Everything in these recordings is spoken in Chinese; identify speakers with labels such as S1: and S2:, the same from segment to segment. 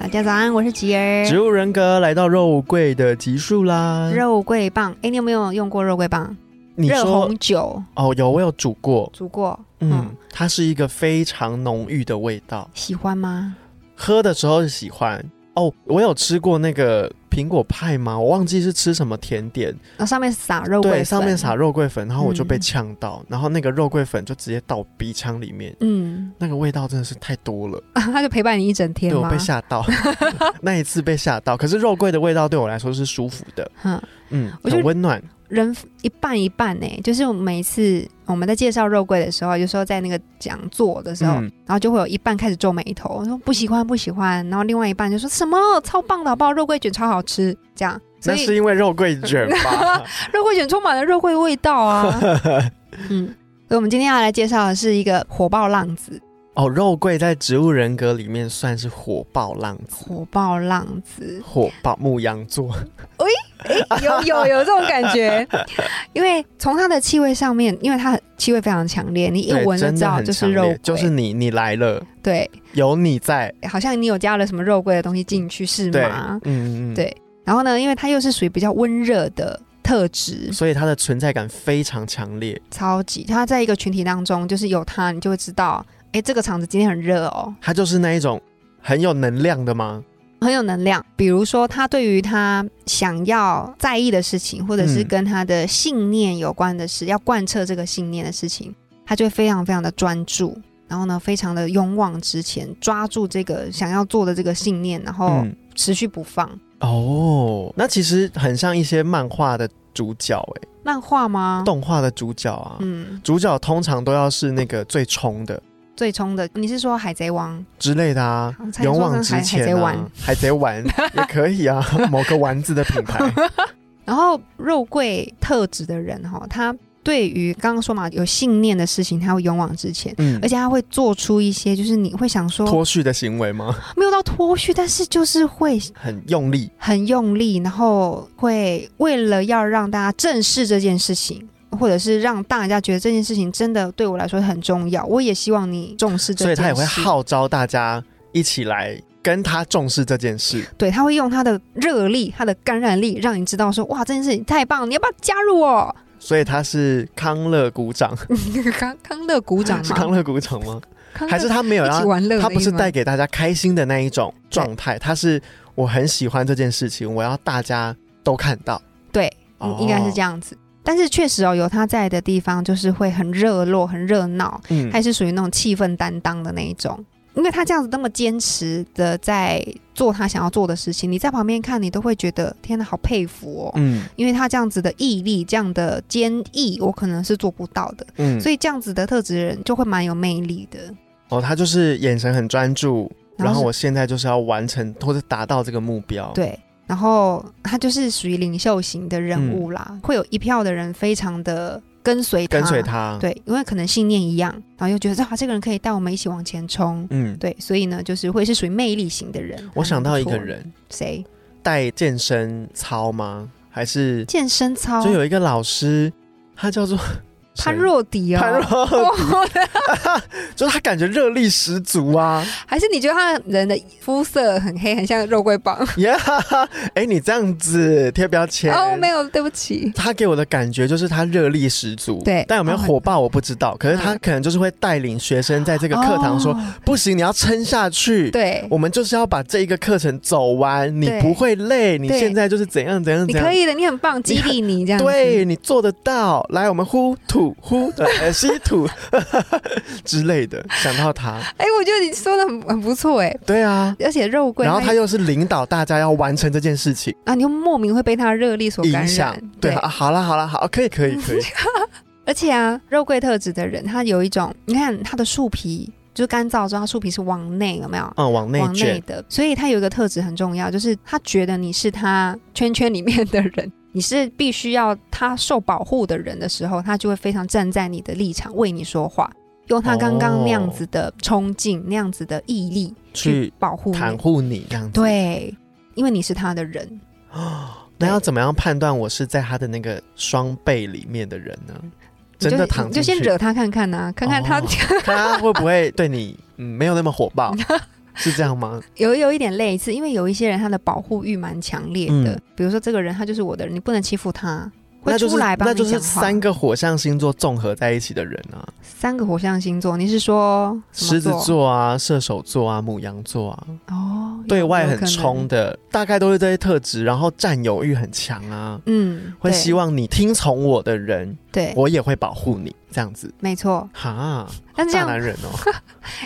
S1: 大家早安，我是吉儿。
S2: 植物人格来到肉桂的集数啦。
S1: 肉桂棒，哎，你有没有用过肉桂棒？
S2: 嗯你
S1: 热
S2: 说
S1: 红酒
S2: 哦，有我有煮过，
S1: 煮过，
S2: 嗯，它是一个非常浓郁的味道，
S1: 喜欢吗？
S2: 喝的时候喜欢。哦，我有吃过那个苹果派吗？我忘记是吃什么甜点，
S1: 那、上面撒肉桂
S2: 对，
S1: 粉，
S2: 上面撒，肉桂粉，然后我就被
S1: 嗯
S2: 呛到，然后那个肉桂粉就直接到鼻腔里面，
S1: 嗯，
S2: 那个味道真的是太多了，
S1: 它就陪伴你一整天
S2: 对我
S1: 吗
S2: 被？吓 到，那一次被吓到。可是肉桂的味道对我来说是舒服的，
S1: 哼，
S2: 嗯，
S1: 我觉得
S2: 很温暖。
S1: 人一半一半呢、就是我们每一次我们在介绍肉桂的时候，有时候在那个讲座的时候，
S2: 嗯
S1: 然后就会有一半开始皱眉头，说不喜欢不喜欢，然后另外一半就说什么超棒的好不好，肉桂卷超好吃，这样，所
S2: 那
S1: 以
S2: 是因为肉桂卷吧？
S1: 肉桂卷充满了肉桂味道啊， 嗯，所以我们今天要来介绍的是一个火爆浪子，
S2: 哦，肉桂在植物人格里面算是火爆浪子，
S1: 火爆浪子，
S2: 火爆牧羊座。
S1: 有有有这种感 觉，因为从它的气味上面，因为它很气味非常强烈，你一
S2: 对
S1: 闻就
S2: 真
S1: 知
S2: 的
S1: 道
S2: 很
S1: 就是
S2: 强
S1: 肉
S2: 烈
S1: 桂，
S2: 就是你，你来了，
S1: 对。
S2: 有你在，
S1: 好像你有加了什么肉桂的东西进去是
S2: 对
S1: 吗，？
S2: 嗯嗯，
S1: 对然后呢，因为它又是属于比较温热的特质
S2: 嗯，所以它的存在感非常强烈。
S1: 超级它在一个群体当中，就是有它，你就会知道，哎，这个场子今天很热哦，
S2: 它就是那一种很有能量的吗？
S1: 很有能量。比如说，他对于他想要在意的事情，或者是
S2: 嗯
S1: 跟他的信念有关的事，要贯彻这个信念的事情，他就会非常非常的专注。然后呢，非常的勇往直前，抓住这个想要做的这个信念，然后
S2: 嗯，
S1: 持续不放。
S2: 哦，那其实很像一些漫画的主角、欸，
S1: 漫画吗？
S2: 动画的主角啊，
S1: 嗯，
S2: 主角通常都要是那个最冲的
S1: 最冲的，你是说《海贼王
S2: 之类的啊，
S1: 好才
S2: 勇
S1: 说
S2: 往
S1: 成
S2: 直
S1: 海海贼
S2: 前啊
S1: 丸，
S2: 海贼丸 也可以啊，某个丸子的品牌，》？
S1: 然后肉桂特质的人哈，他对于刚刚说嘛，有信念的事情，他会勇往直前，
S2: 嗯
S1: 而，且他会做出一些，就是你会想说
S2: 脱序的行为 吗？
S1: 没有到脱序，但是就是会
S2: 很用力，
S1: 很用力，然后会为了要让大家正视这件事情。或者是让大家觉得这件事情真的对我来说很重要，我也希望你重视这
S2: 所
S1: 件
S2: 以
S1: 事。
S2: 他也会号召大家一起来跟他重视这件 事。
S1: 对，他会用他的热力、他的感染力，让你知道说，哇，这件事情太棒了，你要不要加入 我？
S2: 所以他是康乐鼓掌，
S1: 康康乐鼓掌
S2: 是
S1: 吗？
S2: 康乐鼓掌吗？
S1: 康乐
S2: 还是他没有
S1: 一
S2: 要
S1: 起玩乐的意思吗？
S2: 他不是带给大家开心的那一种状态，他是我很喜欢这件事情，我要大家都看到。
S1: 对，
S2: 哦
S1: 嗯应该是这样子。但是确实哦，有他在的地方，就是会很热络、很热闹，
S2: 嗯
S1: 还是属于那种气氛担当的那一种。因为他这样子那么坚持的在做他想要做的事情，你在旁边看，你都会觉得天哪，好佩服哦！
S2: 嗯
S1: 因为他这样子的毅力、这样的坚毅，我可能是做不到的。
S2: 嗯，
S1: 所以这样子的特质的人就会蛮有魅力的。
S2: 哦，他就是眼神很专注，
S1: 然
S2: 然
S1: 后
S2: 后
S1: 是
S2: 我现在就是要完成或者达到这个目标。，
S1: 对，然后他就是属于领袖型的人
S2: 嗯
S1: 物啦，会有一票的人非常的跟随他，
S2: 跟随。他。，
S1: 对，因为可能信念一样，然后又觉得哇，这个人可以带我们一起往前冲。
S2: 嗯，
S1: 对，所以呢，就是会是属于魅力型的人。
S2: 我想到一个
S1: 还蛮不错，
S2: 人
S1: 谁？
S2: 带健身操吗？还是
S1: 健身操啊
S2: 就，有一个老师，他叫做
S1: 哦潘。若迪
S2: 谁
S1: 哦。
S2: 潘若， 就是他感觉热力十足啊！
S1: 还是你觉得他人的肤色很黑，很像肉桂棒？
S2: 耶，哎，你这样子贴标签
S1: 哦，没有，对不起。
S2: 他给我的感觉就是他热力十足，
S1: 对
S2: 但有没有
S1: 哦很
S2: 火爆我不知道。可是他可能就是会带领学生在这个课堂说，
S1: 哦
S2: 不行，你要撑下去，，
S1: 对，
S2: 我们就是要把这一个课程走完，你
S1: 对
S2: 不会累，你
S1: 对
S2: 现在就是怎样怎样
S1: 你
S2: 怎样，
S1: 可以的，你很棒，激励你这样子。
S2: 对你做得到。来，我们呼吐 呼呃吸吐之类的，想到他，
S1: 哎、我觉得你说的很很不错哎、
S2: 对啊。
S1: 而且肉桂，
S2: 然后
S1: 它
S2: 他又是领导大家要完成这件事情，
S1: 啊，你就莫名会被它的热力所感
S2: 影响
S1: 染，
S2: 对啊，好啦好啦好，可以可以可以，
S1: 而且啊，肉桂特质的人，他有一种，你看它的树皮就是干燥之后，它树皮是往内，有没有？
S2: 嗯，往内
S1: 往内
S2: 卷，
S1: 的，所以他有一个特质很重要，就是他觉得你是他圈圈里面的人，你是必须要他受保护的人的时候，他就会非常站在你的立场为你说话，用他刚刚那样子的冲劲、那样子的毅力
S2: 哦去
S1: 保护
S2: 袒
S1: 你。
S2: 护你这样子。
S1: 对，因为你是他的人，
S2: 那要怎么样判断我是在他的那个双倍里面的人呢？
S1: 你
S2: 真
S1: 就
S2: 的躺
S1: 你
S2: 进
S1: 就
S2: 去，
S1: 先惹他看看呐、看看他、
S2: 哦看 他会不会对你嗯没有那么火爆，是这样吗？
S1: 有有一点类似，因为有一些人他的保护欲蛮强烈的，
S2: 嗯
S1: 比如说这个人他就是我的人，你不能欺负他，
S2: 那
S1: 会
S2: 就是
S1: 出来帮
S2: 那
S1: 你
S2: 就
S1: 讲话。
S2: 是三个火象星座综合在一起的人啊，
S1: 三个火象星座，你是说什么
S2: 狮子座啊、射手座啊、母羊座啊，
S1: 哦，有
S2: 对外
S1: 有
S2: 很
S1: 可能
S2: 冲的，大概都是这些特质，然后占有欲很强啊，
S1: 嗯，
S2: 会
S1: 对
S2: 希望你听从我的人，
S1: 对，
S2: 我也会保护你，这样子。
S1: 没错。
S2: 哈，
S1: 但是这
S2: 大
S1: 样，
S2: 男人 哦，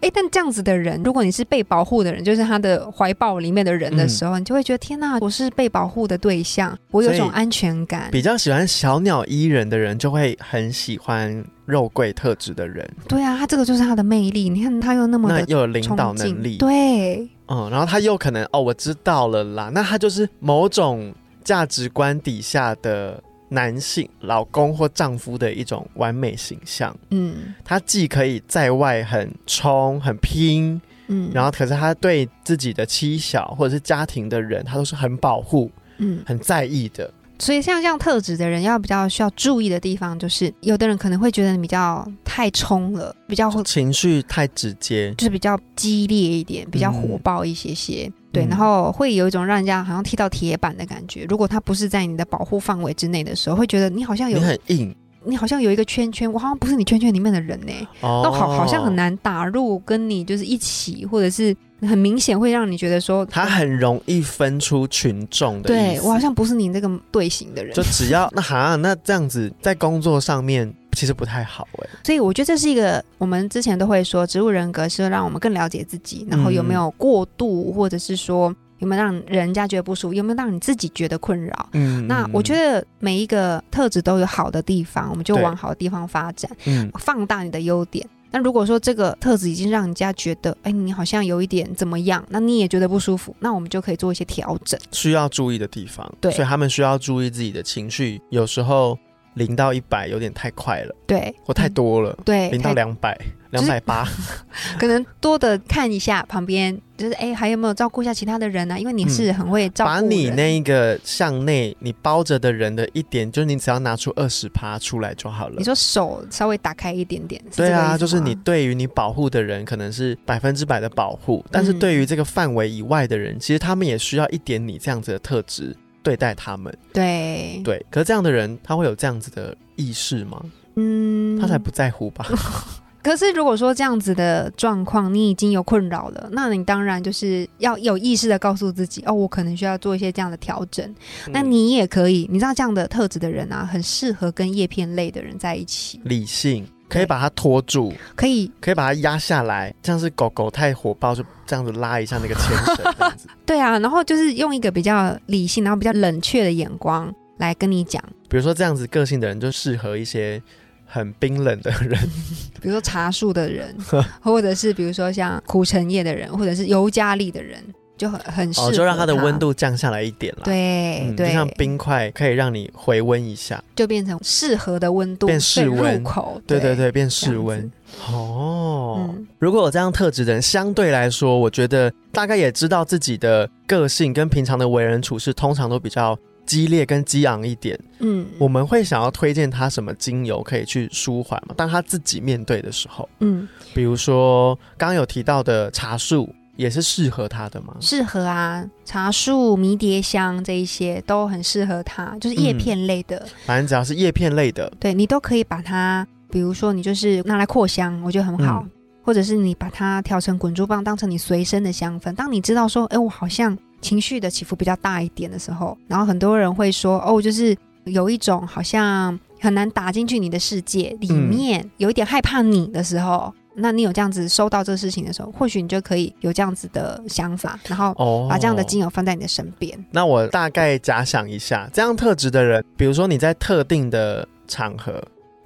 S1: 哎，但这样子的人，如果你是被保护的人，就是他的怀抱里面的人
S2: 嗯
S1: 的时候，你就会觉得天哪，我是被保护的对象，我有一
S2: 所以
S1: 种安全感。
S2: 比较喜欢小鸟依人的人，就会很喜欢肉桂特质的人，
S1: 对啊，他这个就是他的魅力。你看他又那么
S2: 那
S1: 的
S2: 又有领
S1: 冲
S2: 导
S1: 劲，
S2: 能力，
S1: 对，
S2: 嗯，然后他又可能哦，我知道了啦，那他就是某种价值观底下的男性、老公或丈夫的一种完美形象。
S1: 嗯
S2: 他既可以在外很冲、很拼，
S1: 嗯，
S2: 然后可是他对自己的妻小或者是家庭的人，他都是很保护、
S1: 嗯，
S2: 很在意的。
S1: 所以像这样特质的人，要比较需要注意的地方，就是有的人可能会觉得你比较太冲了，比较会
S2: 情绪太直接，
S1: 就是比较激烈一点，比较火爆一些些。对，
S2: 嗯
S1: 然后会有一种让人家好像踢到铁板的感觉。如果他不是在你的保护范围之内的时候，会觉得你好像
S2: 你
S1: 有你
S2: 很硬
S1: 好像有一个圈圈，我好像不是你圈圈里面的人呢、
S2: 哦，
S1: 那好好像很。难打入跟你就是一起，或者是很明显会让你觉得说嗯
S2: 他很容易分出群众的意
S1: 对
S2: 思，
S1: 我好像不是你这个队形的人
S2: 就。只要那哈，那这样子在工作上面其实不太好哎、
S1: 所以我觉得这是一个我们之前都会说，植物人格是让我们更了解自己，然后有没有
S2: 嗯
S1: 过度，或者是说有没有让人家觉得不舒服，有没有让你自己觉得困扰。
S2: 嗯
S1: 那我觉
S2: 得，
S1: 得每一个特质都有好的地方，我们就
S2: 对
S1: 往好的地方发展，
S2: 嗯，
S1: 放大你的优点。那如果说这个特质已经让人家觉得，哎，你好像有一点怎么样，那你也觉得不舒服，那我们就可以做一些调整。
S2: 需要注意的地方，
S1: 对
S2: 所以他们需要注意自己的情绪，有时候零到一百有点太快了，
S1: 对，嗯
S2: 或太多了，
S1: 对，
S2: 零、
S1: 太
S2: 到两百、两
S1: 哎是
S2: 百八，
S1: 可能多的看一下旁边，就是哎，还有没有照顾一下其他的人啊呢、因为你是很会照
S2: 嗯
S1: 顾
S2: 把
S1: 人、
S2: 你那一个向内你包着的人的一点，就是你只要拿出二十趴出来就好了
S1: 你。说手稍微打开一点点，是
S2: 对啊，就
S1: 这个意思
S2: 是
S1: 吗
S2: 你对于你保护的人可能是百分之百的保护，但是
S1: 嗯
S2: 对于这个范围以外的人，其实他们也需要一点你这样子的特质对待他们。
S1: 对，
S2: 对，可是这样的人他会有这样子的意识吗？
S1: 嗯，
S2: 他才不在乎吧？
S1: 可是如果说这样子的状况你已经有困扰了，那你当然就是要有意识的告诉自己，哦，我可能需要做一些这样的调整。 那
S2: 嗯
S1: 你也可以，你知道这样的特质的人啊，很适合跟叶片类的人在一起，
S2: 理性可以
S1: 对
S2: 把它拖住，
S1: 可以
S2: 可以把它压下来，像是狗狗太火爆就这样子拉一下那个牵绳，这样子
S1: 对啊，然后就是用一个比较理性，然后比较冷却的眼光来跟你讲，
S2: 比如说这样子个性的人就适合一些很冰冷的人，
S1: 比如说茶树的人，或者是比如说像苦橙叶的人，或者是尤加利的人，就很很适 合、
S2: 哦，就让它的温。度降下来一点啦。。
S1: 对、
S2: 嗯，就
S1: 对，
S2: 像冰块可以让你回温一下，
S1: 就变成适合的温度，
S2: 变室温
S1: 对入口。
S2: 对对
S1: 对，
S2: 对，变
S1: 这
S2: 室
S1: 样子
S2: 温哦。
S1: 嗯
S2: 如果有这样特质的人，相对来说，我觉得大概也知道自己的个性跟平常的为人处事，通常都比较激烈跟激昂一点。
S1: 嗯，
S2: 我们会想要推荐他什么精油可以去舒缓嘛？当他自己面对的时候，
S1: 嗯
S2: 比如说刚刚有提到的茶树，也是适合他的吗？
S1: 适合啊，茶树、迷迭香这一些都很适合它，就是
S2: 嗯
S1: 叶片类的，
S2: 反正只要是叶片类的，
S1: 对你都可以把它，比如说你就是拿来扩香，我觉得很好。
S2: 嗯
S1: 或者是你把它调成滚珠棒，当成你随身的香氛。当你知道说，哎，我好像情绪的起伏比较大一点的时候，然后很多人会说，哦，就是有一种好像很难打进去你的世界里面，
S2: 嗯
S1: 有一点害怕你的时候，那你有这样子收到这事情的时候，或许你就可以有这样子的想法，然后
S2: 哦，
S1: 把这样的精油放在你的身边。
S2: 那我大概假想一下，这样特质的人，比如说你在特定的场合，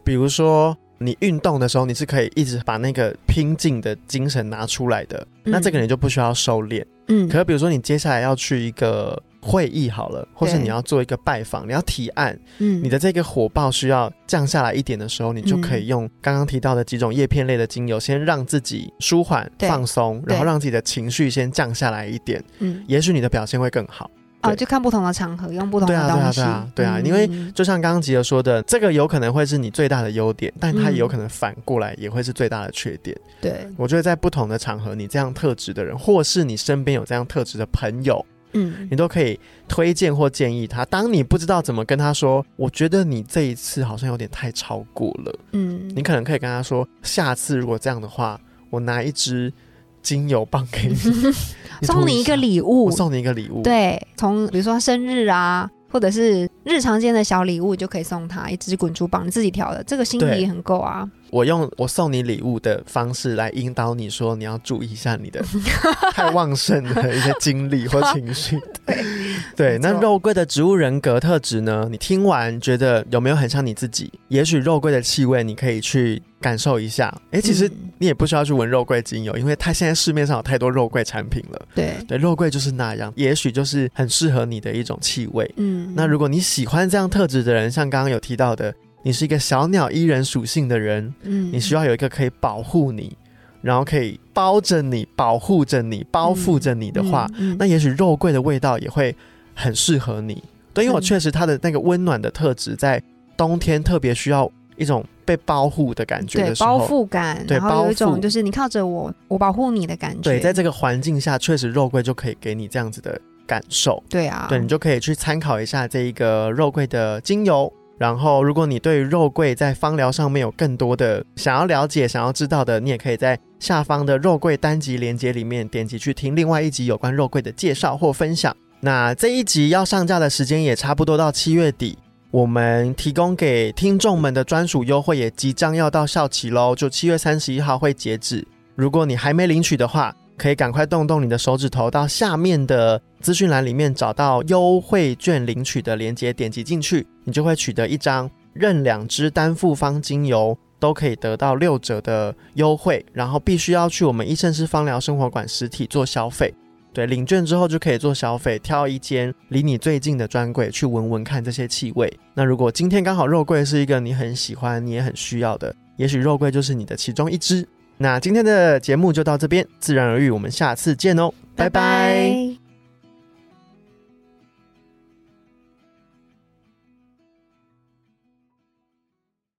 S2: 比如说你运动的时候，你是可以一直把那个拼劲的精神拿出来的，那这个人就不需要收敛。
S1: 嗯，
S2: 可是比如说你接下来要去一个会议好了，或是
S1: 对
S2: 你要做一个拜访，你要提案，
S1: 嗯，
S2: 你的这个火爆需要降下来一点的时候，你就可以用刚刚提到的几种叶片类的精油，先让自己舒缓、
S1: 对
S2: 放松，
S1: 对
S2: 然后让自己的情绪先降下来一点，
S1: 嗯
S2: 也许你的表现会更好。
S1: 哦，
S2: 对
S1: 就看不同的场合用不同
S2: 对啊
S1: 的
S2: 对啊
S1: 东西
S2: 对啊，对啊
S1: 嗯
S2: 因为
S1: 嗯
S2: 就像刚刚吉儿说的，这个有可能会是你最大的优点，但它
S1: 嗯
S2: 也有可能反过来也会是最大的缺点。
S1: 对，
S2: 我觉得在不同的场合，你这样特质的人，或是你身边有这样特质的朋友，
S1: 嗯
S2: 你都可以推荐或建议他。当你不知道怎么跟他说，我觉得你这一次好像有点太超过了，
S1: 嗯
S2: 你可能可以跟他说，下次如果这样的话，我拿一支精油棒 给你，你涂
S1: 送你一
S2: 下
S1: 个，礼物
S2: 我，送你一个礼物。，
S1: 对，从比如说生日啊，或者是日常间的小礼物，就可以送他一支滚珠棒，你自己挑的，这个心意
S2: 对
S1: 也很够啊。
S2: 我用我送你礼物的方式来引导你说，你要注意一下 你的太旺盛的一些精力或情绪。
S1: 对
S2: 对，
S1: 没
S2: 那
S1: 错
S2: 肉桂的植物人格特质呢？你听完觉得有没有很像你自己？也许肉桂的气味你可以去感受一下。诶，其实
S1: 嗯
S2: 你也不需要去闻肉桂精油，因为它现在市面上有太多肉桂产品了。
S1: 对，
S2: 对，肉桂就是那样，也许就是很适合你的一种气味。
S1: 嗯，
S2: 那如果你喜欢这样特质的人，像刚刚有提到的，你是一个小鸟依人属性的人，
S1: 嗯
S2: 你需要有一个可以保护你，然后可以包着你、保护着你、包覆着你的话，，
S1: 嗯嗯
S2: 那也许肉桂的味道也会很适合你。对，因为我
S1: 嗯
S2: 确实它的那个温暖的特质，在冬天特别需要一种被保护的感觉
S1: 对
S2: 的时
S1: 包
S2: 候。
S1: 覆感，
S2: 对
S1: 然后有
S2: 包
S1: 一种
S2: 覆
S1: 就是你靠着我，我保护你的感觉。
S2: 对，在这个环境下，确实肉桂就可以给你这样子的感受。
S1: 对啊，
S2: 对，你就可以去参考一下这一个肉桂的精油。然后，如果你对于肉桂在芳疗上面有更多的想要了解、想要知道的，你也可以在下方的肉桂单集连接里面点击去听另外一集有关肉桂的介绍或分享。那这一集要上架的时间也差不多到七月底，我们提供给听众们的专属优惠也即将要到效期喽，就七月三十一号会截止。如果你还没领取的话，可以赶快动动你的手指头，到下面的资讯栏里面找到优惠券领取的链接，点击进去，你就会取得一张任两支单复方精油都可以得到六折的优惠，然后必须要去我们医生师芳疗生活馆实体做消费。对，领券之后就可以做消费，挑一间离你最近的专柜去闻闻看这些气味。那如果今天刚好肉桂是一个你很喜欢、你也很需要的，也许肉桂就是你的其中一支。那今天的节目就到这边，自然而愈，我们下次见哦，拜拜
S1: 拜